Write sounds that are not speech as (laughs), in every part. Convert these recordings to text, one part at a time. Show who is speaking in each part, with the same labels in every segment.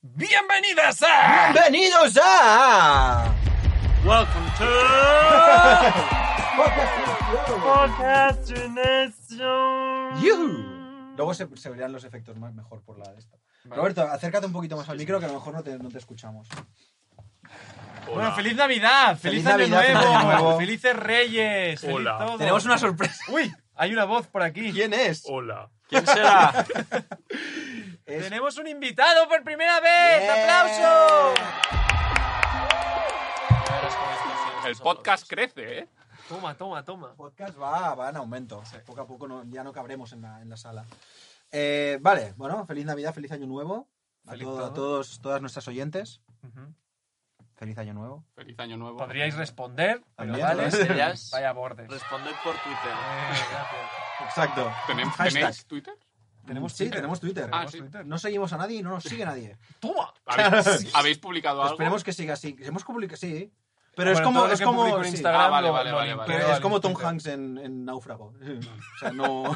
Speaker 1: Bienvenidas a
Speaker 2: Bienvenidos a
Speaker 3: Welcome to
Speaker 2: Podcast
Speaker 3: Podcastination.
Speaker 2: Yuhu. Luego se, se verán los efectos más, mejor por la de esta. Roberto, acércate un poquito más al micro que a lo mejor no te, no te escuchamos.
Speaker 1: Bueno, feliz Navidad, feliz,
Speaker 2: Feliz
Speaker 1: año,
Speaker 2: Navidad,
Speaker 1: nuevo,
Speaker 2: feliz año nuevo.
Speaker 1: felices Reyes, feliz
Speaker 3: Hola.
Speaker 1: todo.
Speaker 4: Tenemos una sorpresa.
Speaker 1: Uy, hay una voz por aquí.
Speaker 2: ¿Quién es?
Speaker 3: Hola.
Speaker 4: ¿Quién será?
Speaker 2: Es-
Speaker 1: Tenemos un invitado por primera vez.
Speaker 2: Bien.
Speaker 1: ¡Eh, ¡Aplauso!
Speaker 5: El podcast crece, ¿eh?
Speaker 1: Toma, toma, toma.
Speaker 2: podcast va, va en aumento. Poco a poco no- ya no cabremos en la, en la sala. Eh, vale, bueno, feliz Navidad, feliz Año Nuevo a,
Speaker 1: Feliz
Speaker 2: todo-
Speaker 1: todo.
Speaker 2: a todos, todas nuestras oyentes. Feliz Año Nuevo.
Speaker 5: Feliz año nuevo.
Speaker 1: Podríais responder, pero
Speaker 2: También, (laughs)
Speaker 1: vale.
Speaker 2: ¿no?
Speaker 4: Estrellas.
Speaker 1: Vaya bordes. Eh,
Speaker 4: Responded por Twitter.
Speaker 1: gracias.
Speaker 2: Exacto.
Speaker 5: ¿Tenem-
Speaker 2: Hashtag.
Speaker 5: ¿Tenéis Twitter?
Speaker 1: Tenemos
Speaker 2: sí,
Speaker 1: Twitter.
Speaker 2: tenemos Twitter.
Speaker 5: Ah,
Speaker 1: Tenemos
Speaker 5: sí.
Speaker 1: Twitter.
Speaker 2: No seguimos a nadie y no nos sigue nadie.
Speaker 1: Toma.
Speaker 5: ¿Habéis, habéis publicado algo?
Speaker 2: Esperemos que siga así. Hemos publicado, sí. Pero es
Speaker 1: Ah, Bueno,
Speaker 2: como.
Speaker 1: todo lo
Speaker 2: Es
Speaker 1: que
Speaker 2: como,
Speaker 1: publico en
Speaker 2: sí.
Speaker 1: Instagram
Speaker 5: Ah, vale,
Speaker 1: lo-
Speaker 5: vale,
Speaker 1: lo
Speaker 5: vale,
Speaker 1: limpio
Speaker 5: vale.
Speaker 1: al
Speaker 2: es como Tom
Speaker 1: Twitter.
Speaker 2: Hanks en, en Náufrago. (laughs) O sea, no. (laughs)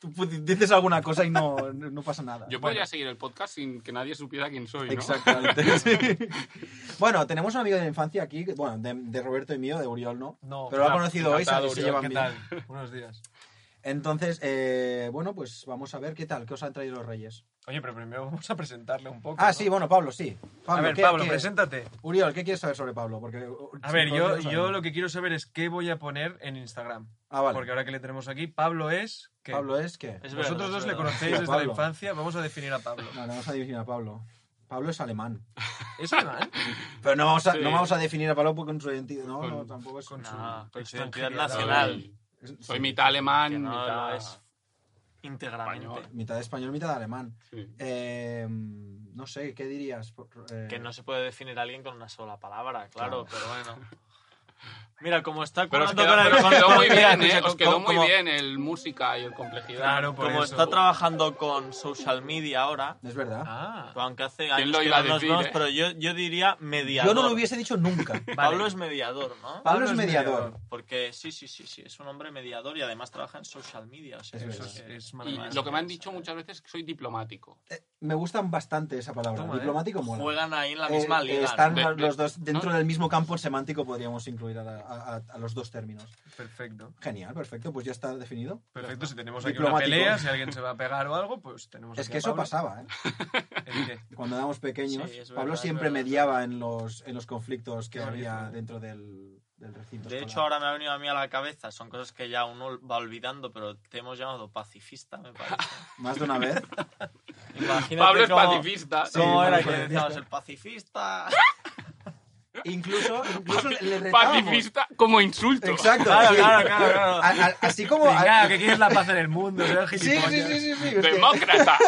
Speaker 2: Tú pu- dices alguna cosa y no, no pasa nada.
Speaker 5: Yo podría seguir el podcast sin que nadie supiera quién soy, ¿no?
Speaker 1: (laughs)
Speaker 2: Exactamente. sí. bueno, tenemos un amigo de la infancia aquí, que- bueno, de, de Roberto y mío, de Uriol no,
Speaker 1: No,
Speaker 2: pero lo ha
Speaker 1: claro.
Speaker 2: conocido hoy,
Speaker 1: Encantado,
Speaker 2: sabe, se
Speaker 1: Oriol,
Speaker 2: llevan
Speaker 1: ¿Qué
Speaker 2: bien.
Speaker 1: tal? Buenos días.
Speaker 2: Entonces, eh, bueno, pues vamos a ver qué tal, qué os han traído los reyes.
Speaker 1: Oye, pero primero vamos a presentarle un poco.
Speaker 2: Ah,
Speaker 1: ¿no?
Speaker 2: sí, bueno, Pablo, sí. Pablo,
Speaker 1: a ver,
Speaker 2: ¿qué-
Speaker 1: Pablo,
Speaker 2: qué-
Speaker 1: preséntate.
Speaker 2: Uriol, ¿qué quieres saber sobre Pablo? Porque, uh,
Speaker 1: A ver, yo, yo lo
Speaker 2: que...
Speaker 1: que quiero saber es qué voy a poner en Instagram.
Speaker 2: Ah, vale.
Speaker 1: Porque ahora que le tenemos aquí, Pablo es. que
Speaker 2: Pablo es que...
Speaker 4: Es verdad,
Speaker 1: Vosotros
Speaker 4: es
Speaker 1: dos le
Speaker 4: verdad.
Speaker 1: conocéis
Speaker 2: Sí,
Speaker 1: desde la
Speaker 2: Pablo.
Speaker 1: infancia, vamos a definir a
Speaker 2: (laughs)
Speaker 1: Pablo.
Speaker 2: No, no vamos a definir a Pablo. Pablo
Speaker 1: (laughs)
Speaker 2: es alemán.
Speaker 1: ¿Es alemán?
Speaker 2: Pero no vamos a,
Speaker 5: Sí.
Speaker 2: no vamos a definir a Pablo por- con su identidad. No,
Speaker 5: Con-
Speaker 2: no, tampoco es con su...
Speaker 4: No, con su identidad
Speaker 1: extranjería.
Speaker 4: nacional.
Speaker 5: Soy, soy mitad alemán,
Speaker 4: Que no,
Speaker 5: mitad...
Speaker 4: no es
Speaker 5: Español.
Speaker 4: íntegramente.
Speaker 2: Mitad español, mitad alemán.
Speaker 5: Sí.
Speaker 2: Eh, no sé, ¿qué dirías? Por- eh,
Speaker 4: Que no se puede definir a alguien con una sola palabra, claro,
Speaker 2: Claro.
Speaker 4: pero bueno. Mira, como está
Speaker 5: Pero os
Speaker 4: currando
Speaker 5: quedó,
Speaker 4: con el-
Speaker 5: pero os (laughs)
Speaker 4: con-
Speaker 5: quedó muy
Speaker 4: mira,
Speaker 5: bien, ¿eh?
Speaker 4: escucha,
Speaker 5: Os quedó
Speaker 4: como-
Speaker 5: muy
Speaker 4: como-
Speaker 5: bien el música y el complejidad.
Speaker 1: Claro, por
Speaker 4: Como
Speaker 1: eso.
Speaker 4: está trabajando con social media ahora,
Speaker 2: Es verdad.
Speaker 1: Ah,
Speaker 4: aunque hace
Speaker 5: ¿Quién
Speaker 4: años
Speaker 5: lo
Speaker 4: que
Speaker 5: iba a
Speaker 4: no nos
Speaker 5: decir,
Speaker 4: vemos,
Speaker 5: eh?
Speaker 4: pero yo, yo diría mediador.
Speaker 2: Yo no lo hubiese dicho (laughs) nunca.
Speaker 4: Pablo
Speaker 1: Vale.
Speaker 4: es mediador, ¿no?
Speaker 2: Pablo es mediador.
Speaker 4: Porque sí, sí, sí, sí, es un hombre mediador y además trabaja en social media. O sea,
Speaker 2: Es
Speaker 4: que
Speaker 1: Eso
Speaker 2: verdad.
Speaker 4: es
Speaker 1: es,
Speaker 4: que-
Speaker 1: es
Speaker 5: Y
Speaker 1: maravilloso.
Speaker 5: lo que me han dicho muchas veces es que soy diplomático.
Speaker 2: Me gustan bastante esa palabra.
Speaker 1: Toma, eh.
Speaker 2: Diplomático mola.
Speaker 4: Juegan ahí en la
Speaker 2: Eh,
Speaker 4: misma
Speaker 2: eh,
Speaker 4: liga.
Speaker 2: están
Speaker 5: ¿no?
Speaker 2: los-
Speaker 5: De- de-
Speaker 2: los dos dentro
Speaker 5: ¿no?
Speaker 2: del mismo campo semántico, podríamos incluir a, la- a- a- a los dos términos.
Speaker 1: Perfecto.
Speaker 2: Genial, perfecto, pues ya está definido.
Speaker 1: Perfecto, si tenemos aquí una
Speaker 2: Diplomático.
Speaker 1: pelea, si alguien se va a pegar o algo, pues tenemos
Speaker 2: Es
Speaker 1: aquí
Speaker 2: que
Speaker 1: a
Speaker 2: eso
Speaker 1: Pablo.
Speaker 2: pasaba, ¿eh?
Speaker 1: ¿El
Speaker 2: (laughs)
Speaker 1: qué?
Speaker 2: Cuando éramos pequeños,
Speaker 4: Sí, es verdad,
Speaker 2: Pablo
Speaker 4: es
Speaker 2: siempre
Speaker 4: verdad.
Speaker 2: mediaba en los, en los conflictos que
Speaker 1: Qué bonito,
Speaker 2: había
Speaker 1: eh.
Speaker 2: dentro del, del recinto.
Speaker 4: De
Speaker 2: escolar.
Speaker 4: hecho, ahora me ha venido a mí a la cabeza. Son cosas que ya uno va olvidando, pero te hemos llamado pacifista,
Speaker 1: (laughs)
Speaker 4: me parece.
Speaker 2: Más de una vez.
Speaker 4: Imagínate
Speaker 5: Pablo es
Speaker 4: cómo-
Speaker 5: pacifista.
Speaker 2: Sí,
Speaker 4: cómo
Speaker 2: Pablo
Speaker 4: era
Speaker 2: es
Speaker 4: que
Speaker 2: pacifista.
Speaker 4: decíamos el pacifista.
Speaker 1: (laughs)
Speaker 2: incluso incluso le retábamos.
Speaker 5: Pacifista como insulto.
Speaker 2: Exacto.
Speaker 4: Claro,
Speaker 2: sí.
Speaker 4: claro, claro, claro.
Speaker 2: A- a- así como...
Speaker 1: Venga, que quieres la paz en el mundo, seas
Speaker 2: Sí, sí,
Speaker 1: gilipollas.
Speaker 2: sí, sí, sí, es que-
Speaker 5: Demócrata.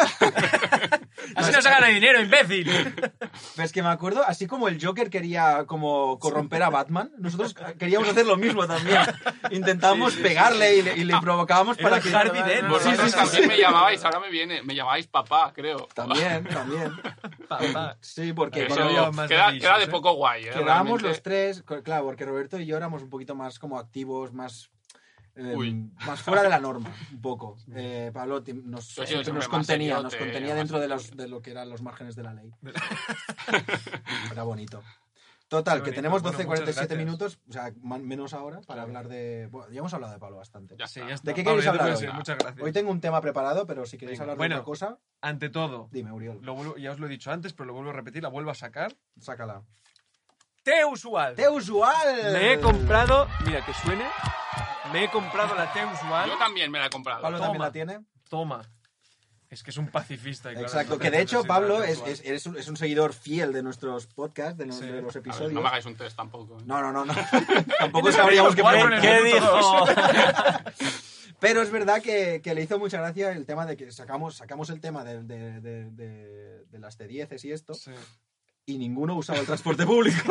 Speaker 1: Así no se gana dinero,
Speaker 2: (laughs)
Speaker 1: imbécil.
Speaker 2: Pero es que me acuerdo, así como el Joker quería como corromper a Batman, nosotros queríamos hacer lo mismo también. Intentábamos pegarle y le, y le provocábamos
Speaker 1: Era
Speaker 2: para que...
Speaker 1: Harvey Dent.
Speaker 2: Sí,
Speaker 5: Vosotros
Speaker 2: sí, sí,
Speaker 5: también
Speaker 2: sí.
Speaker 5: me llamabais, ahora me viene, me llamabais papá, creo.
Speaker 2: También, también.
Speaker 1: Papá.
Speaker 2: Sí, porque
Speaker 5: Eso
Speaker 1: no
Speaker 2: cuando
Speaker 1: había más
Speaker 5: queda,
Speaker 1: gatillos,
Speaker 5: queda de
Speaker 1: ¿eh?
Speaker 5: poco guay, ¿eh?
Speaker 2: quedábamos
Speaker 5: Realmente.
Speaker 2: los tres, co- claro, porque Roberto y yo éramos un poquito más como activos, más... eh,
Speaker 5: Uy.
Speaker 2: más fuera de la norma, un poco. Eh, Pablo ti- nos,
Speaker 5: Yo he sido
Speaker 2: siempre
Speaker 5: siempre
Speaker 2: nos
Speaker 5: más
Speaker 2: contenía,
Speaker 5: seriote,
Speaker 2: nos contenía
Speaker 5: más
Speaker 2: dentro de, los-
Speaker 5: seriote.
Speaker 2: de lo que eran los márgenes de la ley. (laughs) Era bonito. Total,
Speaker 1: Qué
Speaker 2: que
Speaker 1: bonito.
Speaker 2: tenemos
Speaker 1: Bueno,
Speaker 2: 12,
Speaker 1: muchas
Speaker 2: 47
Speaker 1: gracias.
Speaker 2: minutos, o sea, man- menos ahora, para hablar de... Bueno, ya hemos hablado de Pablo bastante.
Speaker 5: Ya
Speaker 1: Sí,
Speaker 5: está.
Speaker 1: ya está.
Speaker 2: ¿De qué
Speaker 1: Pablo,
Speaker 2: queréis
Speaker 1: ya te
Speaker 2: hablar
Speaker 1: puedes
Speaker 2: hoy?
Speaker 1: ir, Muchas gracias.
Speaker 2: Hoy tengo un tema preparado, pero si queréis
Speaker 1: Venga.
Speaker 2: hablar de
Speaker 1: Bueno.
Speaker 2: otra cosa,
Speaker 1: Ante todo,
Speaker 2: dime, Uriol,
Speaker 1: lo vuelvo- ya os lo he dicho antes, pero lo vuelvo a repetir, la vuelvo a sacar.
Speaker 2: sácala.
Speaker 1: Té usual.
Speaker 2: ¡Te usual!
Speaker 1: Me he comprado, mira que suene, me he comprado la té usual.
Speaker 5: Yo también me la he comprado.
Speaker 2: Pablo también
Speaker 1: Toma.
Speaker 2: la tiene.
Speaker 1: Toma. Es que es un pacifista. y claro,
Speaker 2: Exacto,
Speaker 1: no
Speaker 2: que de hecho
Speaker 1: necesita
Speaker 2: Pablo
Speaker 1: té
Speaker 2: es,
Speaker 1: usual.
Speaker 2: es- eres un, es un seguidor fiel de nuestros podcasts, de, los-
Speaker 1: Sí.
Speaker 2: de los
Speaker 5: A ver, no
Speaker 2: episodios.
Speaker 5: me hagáis un test tampoco. ¿eh?
Speaker 2: No, no, no, no. (laughs) Tampoco sabríamos qué
Speaker 1: Cuatro en
Speaker 2: preguntar.
Speaker 1: el
Speaker 4: ¿Qué
Speaker 1: minuto
Speaker 4: dijo?
Speaker 2: (laughs) Pero es verdad que, que le hizo mucha gracia el tema de que sacamos, sacamos el tema de, de- de- de- de las T10 y
Speaker 1: (laughs)
Speaker 2: esto,
Speaker 1: Sí.
Speaker 2: y ninguno usaba el transporte público.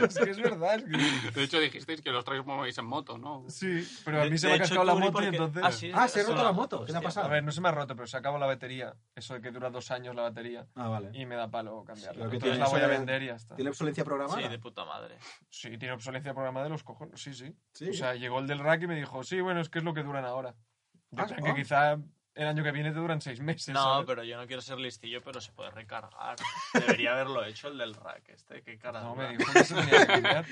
Speaker 1: Es que es verdad. es que-
Speaker 5: De hecho, dijisteis que los tres movéis en moto, ¿no?
Speaker 1: Sí, pero a mí
Speaker 4: De-
Speaker 1: se
Speaker 4: de
Speaker 1: me ha
Speaker 4: hecho,
Speaker 1: cascado la
Speaker 4: tú ni
Speaker 1: moto y
Speaker 4: porque-
Speaker 1: entonces...
Speaker 4: Ah, sí,
Speaker 2: Ah, se ha
Speaker 4: eso
Speaker 2: roto
Speaker 4: no.
Speaker 2: la moto, ¿qué le ha
Speaker 4: Hostia.
Speaker 2: pasado?
Speaker 1: A ver, no se me ha roto, pero se acabó la batería. Eso de que dura dos años la batería.
Speaker 2: Ah, vale.
Speaker 1: Y me da palo cambiarla.
Speaker 2: lo que
Speaker 1: Entonces
Speaker 2: tiene
Speaker 1: la voy a
Speaker 2: eso de-
Speaker 1: vender y ya está.
Speaker 2: ¿Tiene obsolencia programada?
Speaker 4: Sí, de puta madre.
Speaker 1: Sí, tiene obsolencia programada de los cojones. Sí, sí.
Speaker 2: Sí.
Speaker 1: O sea, llegó el del rack y me dijo, sí, bueno, es que es lo que duran ahora. Yo
Speaker 2: Ah,
Speaker 1: creo que
Speaker 2: ah.
Speaker 1: quizá el año que viene te duran seis meses.
Speaker 4: No,
Speaker 1: ¿sabes?
Speaker 4: pero yo no quiero ser listillo, pero se puede recargar. Debería haberlo hecho el del rack este. Qué cara
Speaker 1: (laughs) No,
Speaker 4: dura.
Speaker 1: me dijo que se tenía que cambiar.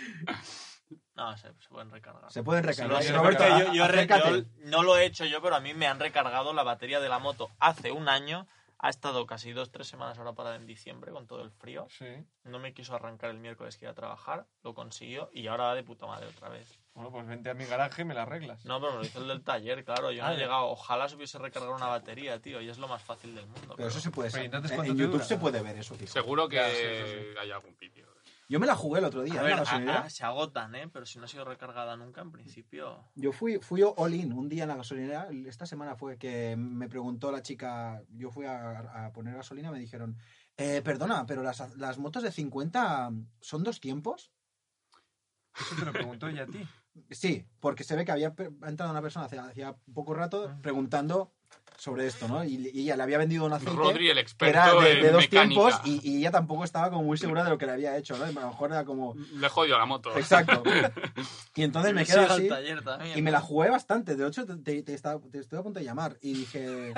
Speaker 4: No, se, se pueden recargar.
Speaker 2: Se pueden recargar.
Speaker 4: Sí,
Speaker 1: sí,
Speaker 2: Roberto,
Speaker 4: porque yo, yo re-
Speaker 2: Pues acércate.
Speaker 4: yo no lo he hecho yo, pero a mí me han recargado la batería de la moto hace un año. Ha estado casi dos, tres semanas ahora para en diciembre con todo el frío.
Speaker 1: Sí.
Speaker 4: No me quiso arrancar el miércoles que iba a trabajar, lo consiguió y ahora va de puta madre otra vez.
Speaker 1: Bueno, pues vente a mi garaje y me la arreglas.
Speaker 4: No, pero me lo hizo el del taller, claro. Yo
Speaker 1: Ah,
Speaker 4: no he
Speaker 1: ya.
Speaker 4: llegado. Ojalá se hubiese recargado una batería, tío. Y es lo más fácil del mundo.
Speaker 2: Pero eso se puede
Speaker 1: Oye,
Speaker 2: ser.
Speaker 1: entonces,
Speaker 2: En,
Speaker 1: ¿cuánto
Speaker 2: en
Speaker 1: te
Speaker 2: YouTube
Speaker 1: dura?
Speaker 2: se puede ver eso, tío.
Speaker 5: Seguro que
Speaker 1: Ya, sí, eso
Speaker 5: hay algún vídeo.
Speaker 2: Yo me la jugué el otro día,
Speaker 4: A
Speaker 2: ¿eh?
Speaker 4: ver,
Speaker 2: la
Speaker 4: a-
Speaker 2: gasolinera.
Speaker 4: a- se agotan, ¿eh? Pero si no ha sido recargada nunca, en principio.
Speaker 2: Yo fui, fui yo all in un día en la gasolinera. Esta semana fue que me preguntó la chica. Yo fui a, a poner gasolina. Me dijeron, "Eh, perdona, pero las, las motos de 50 son dos tiempos.
Speaker 1: Eso te lo pregunto yo a ti.
Speaker 2: Sí, porque se ve que había pe- ha entrado una persona hace, hacía poco
Speaker 5: Ah.
Speaker 2: rato preguntando sobre esto, ¿no? Y, y ella le había vendido un aceite.
Speaker 5: Rodri, el
Speaker 2: que era
Speaker 5: experto
Speaker 2: de, de
Speaker 5: en
Speaker 2: dos
Speaker 5: mecánica.
Speaker 2: tiempos y, y ella tampoco estaba como muy segura de lo que le había hecho, ¿no? Y a lo mejor
Speaker 5: (laughs)
Speaker 2: era como...
Speaker 5: Le jodió la moto. ¿eh?
Speaker 2: Exacto. Y entonces me quedo
Speaker 4: Sigo al
Speaker 2: así
Speaker 4: taller también.
Speaker 2: y me la jugué bastante. De hecho, te, te, te estaba- te estoy a punto de llamar y
Speaker 1: (laughs)
Speaker 2: dije...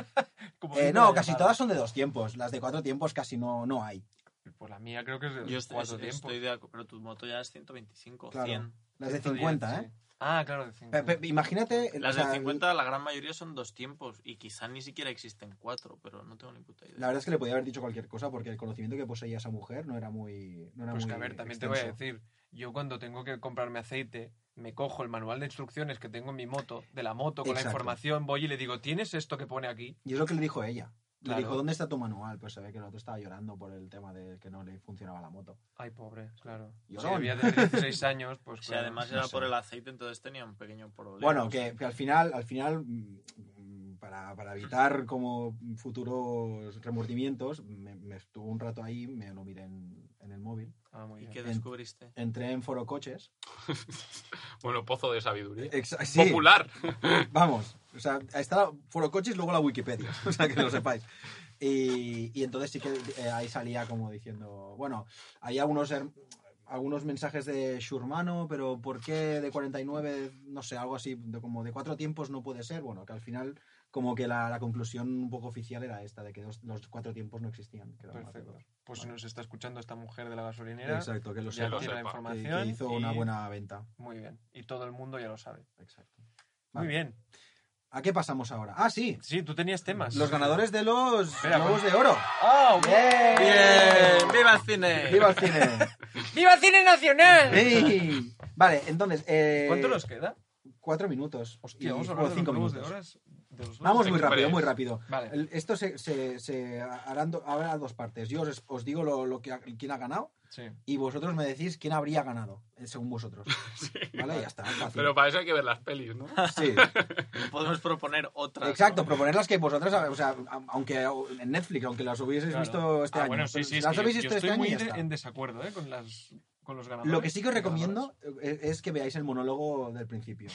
Speaker 1: Como
Speaker 2: eh,
Speaker 1: vente
Speaker 2: no,
Speaker 1: a
Speaker 2: casi
Speaker 1: llamar.
Speaker 2: todas son de dos tiempos. Las de cuatro tiempos casi no, no hay.
Speaker 1: Pues la mía creo que es de
Speaker 4: Yo estoy,
Speaker 1: cuatro
Speaker 4: estoy-
Speaker 1: tiempos.
Speaker 4: estoy de acu- Pero tu moto ya es 125,
Speaker 2: Claro.
Speaker 4: 100.
Speaker 2: Las de
Speaker 1: 110,
Speaker 2: 50, ¿eh?
Speaker 1: sí. Ah, claro, de
Speaker 2: Pe-
Speaker 1: 50.
Speaker 2: pe- Imagínate... eh, o
Speaker 4: Las
Speaker 2: sea,
Speaker 4: de 50, la gran mayoría son dos tiempos. Y quizá ni siquiera existen cuatro, pero no tengo ni puta idea.
Speaker 2: La verdad es que le podía haber dicho cualquier cosa porque el conocimiento que poseía esa mujer no era muy. No era
Speaker 1: Pues
Speaker 2: muy
Speaker 1: que a ver, también te voy a
Speaker 2: extenso.
Speaker 1: decir, yo cuando tengo que comprarme aceite, me cojo el manual de instrucciones que tengo en mi moto, de la moto, con
Speaker 2: Exacto.
Speaker 1: la información, voy y le digo, ¿tienes esto que pone aquí?
Speaker 2: Y es lo que le dijo ella.
Speaker 1: Claro.
Speaker 2: Le dijo, ¿dónde está tu manual? Pues se ve que el otro estaba llorando por el tema de que no le funcionaba la moto.
Speaker 1: Ay, pobre, claro. Si
Speaker 2: Llorón.
Speaker 1: debía tener (laughs) 16 años, pues
Speaker 4: Si
Speaker 1: claro.
Speaker 4: además
Speaker 2: no
Speaker 4: era
Speaker 2: sé.
Speaker 4: por el aceite, entonces tenía un pequeño problema.
Speaker 2: Bueno, que, que al final, al final mm, mm, para, para evitar como futuros remordimientos, me, me estuvo un rato ahí, me lo miré en, en el móvil.
Speaker 1: Ah, muy
Speaker 4: ¿Y
Speaker 1: bien.
Speaker 4: qué descubriste?
Speaker 2: Entré en Foro Coches.
Speaker 5: Bueno, pozo de sabiduría.
Speaker 2: Exa- Eh, sí,
Speaker 5: Popular.
Speaker 2: Vamos, o sea, está la- Foro Coches y luego la Wikipedia, (laughs) o sea, que lo sepáis. Y, y entonces sí que eh, ahí salía como diciendo, bueno, hay algunos, her- algunos mensajes de Shurmano, pero ¿por qué de 49, no sé, algo así, de como de cuatro tiempos no puede ser? Bueno, que al final como que la, la conclusión un poco oficial era esta, de que dos- los cuatro tiempos no existían. Que eran más de
Speaker 1: Perfecto.
Speaker 2: dos.
Speaker 1: Pues si
Speaker 2: Vale.
Speaker 1: nos está escuchando esta mujer de la gasolinera,
Speaker 2: Exacto, que lo
Speaker 1: ya
Speaker 5: lo
Speaker 1: tiene la
Speaker 5: sepa.
Speaker 2: sepa, que,
Speaker 1: información.
Speaker 2: que hizo
Speaker 1: y-
Speaker 2: una buena venta.
Speaker 1: Muy bien. Y todo el mundo ya lo sabe.
Speaker 2: Exacto.
Speaker 1: Muy
Speaker 2: Vale.
Speaker 1: bien.
Speaker 2: ¿A qué pasamos ahora? Ah, sí,
Speaker 1: Sí, tú tenías temas.
Speaker 2: los ganadores de los
Speaker 1: Espera,
Speaker 2: Globos de Oro.
Speaker 1: ¡Ah, guau!
Speaker 4: ¡Bien! ¡Viva el cine!
Speaker 2: ¡Viva el (laughs) cine!
Speaker 1: ¡Viva el cine nacional!
Speaker 2: ¡Ey! Vale, entonces. Eh,
Speaker 1: ¿Cuánto nos queda?
Speaker 2: Cuatro minutos.
Speaker 1: Hostia,
Speaker 2: Y-
Speaker 1: vamos a
Speaker 2: o
Speaker 1: hablar de los
Speaker 2: cinco
Speaker 1: globos de
Speaker 2: minutos.
Speaker 1: horas. de los
Speaker 2: Vamos
Speaker 1: globos.
Speaker 2: muy
Speaker 5: Venga,
Speaker 2: rápido,
Speaker 5: pues.
Speaker 2: muy rápido.
Speaker 1: Vale.
Speaker 2: El- Esto se, se, se harán do- habrá dos partes. Yo os, os digo lo, lo que ha- quién ha ganado
Speaker 1: Sí.
Speaker 2: y vosotros me decís quién habría ganado, eh, según
Speaker 1: (laughs)
Speaker 2: vosotros. Vale, ya está. es fácil.
Speaker 5: Pero para eso hay que ver las pelis,
Speaker 2: (laughs)
Speaker 5: ¿no?
Speaker 1: (laughs)
Speaker 2: Sí,
Speaker 4: (laughs) Podemos proponer otras.
Speaker 2: exacto.
Speaker 4: ¿no?
Speaker 2: Proponer las que vosotros, o sea, a- aunque en Netflix, aunque las hubieses
Speaker 1: Claro.
Speaker 2: visto este
Speaker 1: Ah,
Speaker 2: año.
Speaker 1: Bueno, sí,
Speaker 2: pero
Speaker 1: sí,
Speaker 2: si
Speaker 1: es
Speaker 2: las
Speaker 1: que yo-
Speaker 2: habéis
Speaker 1: yo
Speaker 2: visto este
Speaker 1: estoy
Speaker 2: año,
Speaker 1: muy
Speaker 2: ya
Speaker 1: de-
Speaker 2: está.
Speaker 1: en desacuerdo ¿eh? con, las, con los ganadores.
Speaker 2: Lo que sí que
Speaker 1: y
Speaker 2: os
Speaker 1: ganadoras.
Speaker 2: recomiendo eh, es que veáis el monólogo del principio.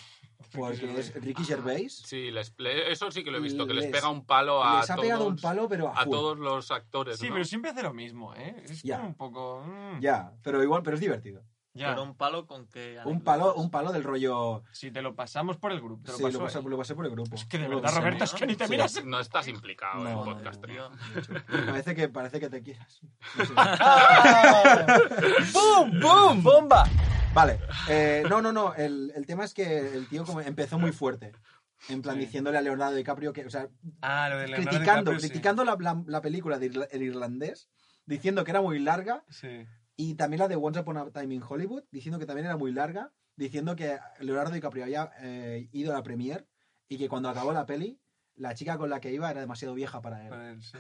Speaker 2: Porque es Ricky Gervais.
Speaker 5: Sí, les, le- eso sí que lo he visto, que les,
Speaker 2: Les-
Speaker 5: pega un palo a
Speaker 2: Ah, Les ha
Speaker 5: todos,
Speaker 2: pegado un palo, pero a,
Speaker 5: a
Speaker 2: full.
Speaker 5: todos los actores.
Speaker 1: Sí,
Speaker 5: ¿no?
Speaker 1: pero siempre hace lo mismo, ¿eh? Es
Speaker 2: Ya.
Speaker 1: como un poco... mm,
Speaker 2: Ya, pero igual, pero es divertido.
Speaker 1: ya.
Speaker 4: Pero un palo con que.
Speaker 2: Un palo, un palo del rollo.
Speaker 1: Si te lo pasamos por el grupo, te lo
Speaker 2: Sí,
Speaker 1: paso
Speaker 2: lo pasé,
Speaker 1: ahí.
Speaker 2: lo pasé por el grupo.
Speaker 1: Es que de
Speaker 2: Lo
Speaker 1: verdad,
Speaker 2: pasé,
Speaker 4: Roberto,
Speaker 1: Roberta,
Speaker 4: ¿no?
Speaker 1: es que ni te
Speaker 2: Sí.
Speaker 1: miras.
Speaker 5: No estás implicado en
Speaker 2: No,
Speaker 5: el
Speaker 2: no,
Speaker 5: podcast.
Speaker 4: tío.
Speaker 2: Parece que, parece que te quieras. No (laughs) sé.
Speaker 1: ¡Bum! ¡Bum! ¡Bomba!
Speaker 2: Vale. eh, no, no, no. El, el tema es que el tío como empezó muy fuerte. En plan,
Speaker 1: Sí.
Speaker 2: diciéndole a Leonardo DiCaprio que. O sea,
Speaker 1: Ah, lo de Leonardo
Speaker 2: criticando,
Speaker 1: DiCaprio, sí.
Speaker 2: criticando la, la- la película de Irla- El Irlandés, diciendo que era muy larga.
Speaker 1: Sí.
Speaker 2: Y también la de Once Upon a Time in Hollywood, diciendo que también era muy larga, diciendo que Leonardo DiCaprio había eh, ido a la premier y que cuando acabó la peli, la chica con la que iba era demasiado vieja para él.
Speaker 1: Para él, sí.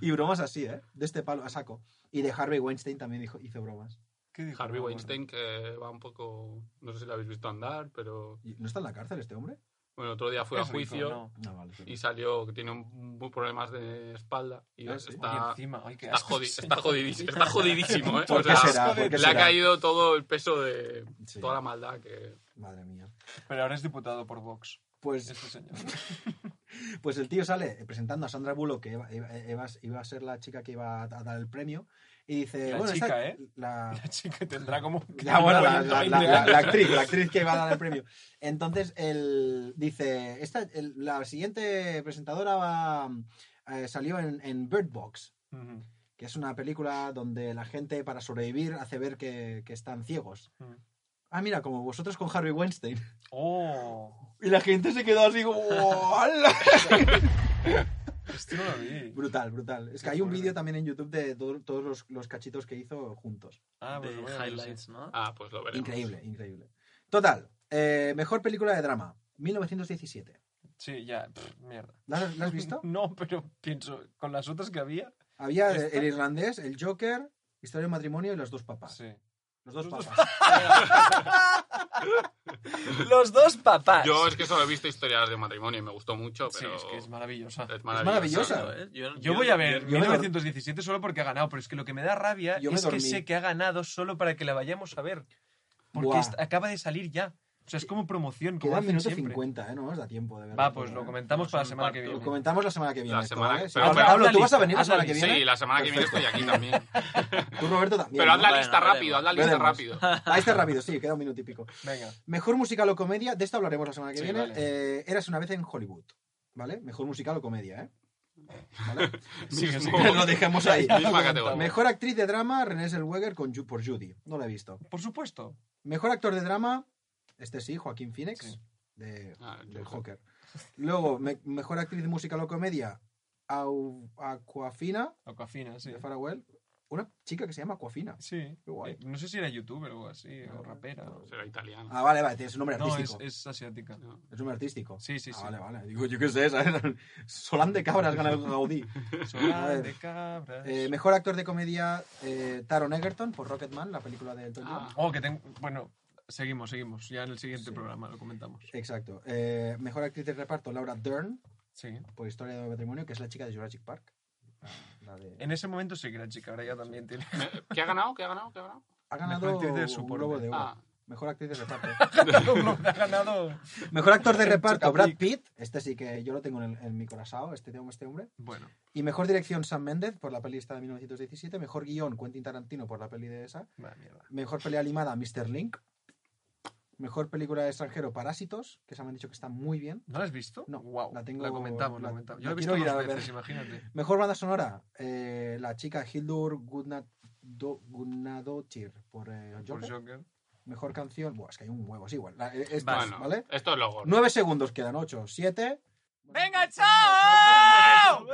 Speaker 2: Y bromas así, ¿eh? De este palo a saco. Y de Harvey Weinstein tamén dijo, hizo bromas.
Speaker 1: ¿Qué (laughs) dijo?
Speaker 5: Harvey
Speaker 1: No, Ah, bueno.
Speaker 5: Weinstein que va un poco... No sé si lo habéis visto andar, pero...
Speaker 2: ¿Y ¿No está en la cárcel este hombre?
Speaker 5: Bueno, otro día fue a
Speaker 1: Es rico,
Speaker 5: juicio
Speaker 1: ¿no?
Speaker 2: No, vale.
Speaker 5: y salió que tiene un- muy problemas de espalda y
Speaker 2: Ah, sí.
Speaker 1: Y
Speaker 5: está...
Speaker 1: encima, ay, qué
Speaker 5: (laughs) Está,
Speaker 1: asco.
Speaker 5: jodi- está jodidísimo, está jodidísimo, ¿eh?
Speaker 2: ¿Por
Speaker 5: O sea,
Speaker 2: qué será? ¿Por qué
Speaker 5: le ha
Speaker 2: será?
Speaker 5: caído todo el peso de
Speaker 2: Sí.
Speaker 5: toda la maldad que...
Speaker 2: Madre mía.
Speaker 1: Pero ahora es diputado por Vox,
Speaker 2: Pues
Speaker 1: este señor.
Speaker 2: Pues el tío sale presentando a Sandra Bullock, que iba, iba- iba- iba a ser la chica que iba a dar el premio, y dice...
Speaker 1: La
Speaker 2: bueno,
Speaker 1: chica,
Speaker 2: esta-
Speaker 1: ¿eh?
Speaker 2: La,
Speaker 1: La chica tendrá como.
Speaker 2: (laughs) ya, Ah, bueno, la,
Speaker 1: 40,
Speaker 2: la-
Speaker 1: 20
Speaker 2: la- la-
Speaker 1: años.
Speaker 2: la actriz, la actriz que va a dar el (laughs) premio. Entonces, él dice, esta, el- la siguiente presentadora va, eh, salió en, en Bird Box,
Speaker 1: Ujú.
Speaker 2: que es una película donde la gente para sobrevivir hace ver que, que están ciegos.
Speaker 1: Mm.
Speaker 2: Ah, mira, como vosotros con Harry Weinstein. (laughs)
Speaker 1: Oh,
Speaker 2: Y la gente se quedó así como... "Oh, ala".
Speaker 1: esto no lo vi.
Speaker 2: (laughs) brutal, brutal. Es que hay un vídeo también en YouTube de to- todos los, los cachitos que hizo juntos.
Speaker 1: Ah, pues
Speaker 4: de
Speaker 1: bueno, sí.
Speaker 4: highlights, ¿no?
Speaker 5: Ah, pues lo veremos.
Speaker 2: Increíble, increíble. Total, eh, mejor película de drama, 1917.
Speaker 1: Sí, ya, pff, mierda.
Speaker 2: ¿La has- la has visto?
Speaker 1: (laughs) No, pero pienso, con las otras que había.
Speaker 2: Había el,
Speaker 1: Esta-
Speaker 2: el irlandés, el Joker, Historia de matrimonio y los dos papás.
Speaker 1: Sí.
Speaker 2: Los dos
Speaker 1: Los dos
Speaker 2: papás.
Speaker 4: Los dos papás.
Speaker 5: Yo es que solo he visto historias de matrimonio y me gustó mucho,
Speaker 1: Sí,
Speaker 5: pero.
Speaker 1: es que es maravillosa.
Speaker 5: es
Speaker 2: maravillosa.
Speaker 4: No, ¿eh? Yo,
Speaker 1: Yo voy a ver
Speaker 2: yo me-
Speaker 1: 1917 solo porque ha ganado, pero es que lo que me da rabia
Speaker 2: Yo me
Speaker 1: es que
Speaker 2: dormí.
Speaker 1: sé que ha ganado solo para que la vayamos a ver. Porque
Speaker 2: Buah.
Speaker 1: est- acaba de salir ya. O sea, es como promoción, como
Speaker 2: Quedan
Speaker 1: hacen
Speaker 2: minuto
Speaker 1: siempre.
Speaker 2: 50, ¿eh? No nos da tiempo de verdad.
Speaker 1: Va, pues lo comentamos
Speaker 4: Vamos
Speaker 1: para
Speaker 4: a
Speaker 1: la
Speaker 4: un
Speaker 1: semana que
Speaker 4: cuarto.
Speaker 2: Lo
Speaker 1: viene.
Speaker 2: comentamos la semana que viene.
Speaker 5: La
Speaker 2: esto,
Speaker 5: semana-
Speaker 2: ¿vale? Sí,
Speaker 5: pero-
Speaker 2: Pablo,
Speaker 5: pero-
Speaker 2: Pablo,
Speaker 1: haz la
Speaker 2: tú vas a
Speaker 1: lista,
Speaker 2: venir la
Speaker 1: haz la
Speaker 2: semana que
Speaker 1: lista.
Speaker 2: viene.
Speaker 5: Sí, la semana que viene
Speaker 2: Perfecto.
Speaker 5: estoy aquí también.
Speaker 2: Tú, Roberto, también.
Speaker 5: Pero haz la
Speaker 4: Bueno,
Speaker 5: lista
Speaker 4: veremos.
Speaker 5: rápido, haz la
Speaker 2: Lo
Speaker 5: lista
Speaker 2: haremos.
Speaker 5: rápido.
Speaker 2: Ahí está rápido, sí, queda un minuto y pico.
Speaker 1: Venga.
Speaker 2: Mejor musical o comedia, de esto hablaremos la semana que
Speaker 1: Sí,
Speaker 2: viene.
Speaker 1: vale.
Speaker 2: Eh, Eras una vez en Hollywood, ¿vale? Mejor musical o comedia, ¿eh?
Speaker 1: (laughs)
Speaker 2: ¿Vale?
Speaker 1: Sigue,
Speaker 5: Mismo-
Speaker 1: sigue.
Speaker 2: lo dejemos
Speaker 1: (laughs)
Speaker 2: ahí.
Speaker 5: Misma categoría.
Speaker 2: Mejor actriz de drama, Renée Zellweger con Ju- por Judy. No la he visto.
Speaker 1: Por supuesto.
Speaker 2: Mejor actor de drama, este sí, Joaquín Phoenix,
Speaker 1: Sí.
Speaker 2: de,
Speaker 5: Ah,
Speaker 2: del
Speaker 5: Joker.
Speaker 2: Joker. Luego, me- mejor actriz de musical o comedia, Au- Aquafina,
Speaker 1: Aquafina, sí.
Speaker 2: de Farewell. Una chica que se llama Aquafina.
Speaker 1: Sí.
Speaker 2: Qué guay.
Speaker 1: Eh, No sé si era youtuber o algo así,
Speaker 2: No,
Speaker 1: o rapera.
Speaker 2: no.
Speaker 5: Será italiano.
Speaker 2: Ah, vale, vale, tiene su nombre
Speaker 1: No, es,
Speaker 2: artístico. es,
Speaker 1: es asiática.
Speaker 5: No.
Speaker 2: un nombre artístico.
Speaker 1: Sí, sí,
Speaker 2: Ah,
Speaker 1: sí.
Speaker 2: vale, vale. Digo, yo qué sé, ¿sabes? (laughs) Solán de Cabras gana el
Speaker 1: (laughs)
Speaker 2: Gaudí.
Speaker 1: Solar
Speaker 2: Vale.
Speaker 1: de cabras.
Speaker 2: Eh, mejor actor de comedia, eh, Taron Egerton por Rocketman, la película de Elton John.
Speaker 5: Ah.
Speaker 1: Oh, que tengo... Bueno, seguimos, seguimos. Ya en el siguiente
Speaker 2: Sí.
Speaker 1: programa lo comentamos.
Speaker 2: Exacto. Eh, mejor actriz de reparto, Laura Dern,
Speaker 1: Sí.
Speaker 2: por Historia de un matrimonio, que es la chica de Jurassic Park. Ah, la de-
Speaker 1: En ese momento sí que era chica, ahora ya también tiene... (laughs)
Speaker 5: ¿Qué ha ganado? ¿Qué ha ganado? ¿Qué ha ganado?
Speaker 2: Ha
Speaker 1: Mejor
Speaker 2: ganado
Speaker 1: actriz de
Speaker 2: un
Speaker 1: soporte.
Speaker 2: globo de oro.
Speaker 5: Ah.
Speaker 2: Mejor actriz de reparto. (laughs)
Speaker 1: ha ganado...
Speaker 2: Mejor (laughs) actor de reparto,
Speaker 1: Chocapic.
Speaker 2: Brad Pitt. Este sí que yo lo tengo en, el- en mi corazón, este tengo este hombre.
Speaker 1: Bueno,
Speaker 2: Y mejor dirección, Sam Méndez, por la peli esta de 1917. Mejor guión, Quentin Tarantino, por la peli de esa.
Speaker 1: va, mierda.
Speaker 2: Mejor pelea animada, Mr. Link. Mejor película de extranjero, Parásitos, que se me han dicho que está muy bien.
Speaker 1: ¿No la has visto?
Speaker 2: No,
Speaker 1: Wow.
Speaker 2: la tengo-
Speaker 1: La comentamos, la,
Speaker 2: la-
Speaker 1: comentamos. Yo
Speaker 2: la
Speaker 1: la he visto
Speaker 2: quiero ir
Speaker 1: dos
Speaker 2: a ver.
Speaker 1: veces, imagínate.
Speaker 2: Mejor banda sonora, eh, la chica Hildur Gudna- Do- Gunnadotir, por eh,
Speaker 1: Por
Speaker 2: Joker.
Speaker 1: Joker.
Speaker 2: Mejor canción, buah, es que hay un huevo, es igual. La- eh, estas,
Speaker 5: bueno,
Speaker 2: ¿vale?
Speaker 5: esto es lo gordo.
Speaker 2: Nueve segundos quedan, ocho, siete.
Speaker 4: ¡Venga, chao!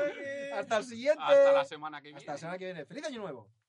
Speaker 2: Hasta el siguiente.
Speaker 5: Hasta la semana que viene.
Speaker 2: Hasta la semana que viene. ¡Feliz año nuevo!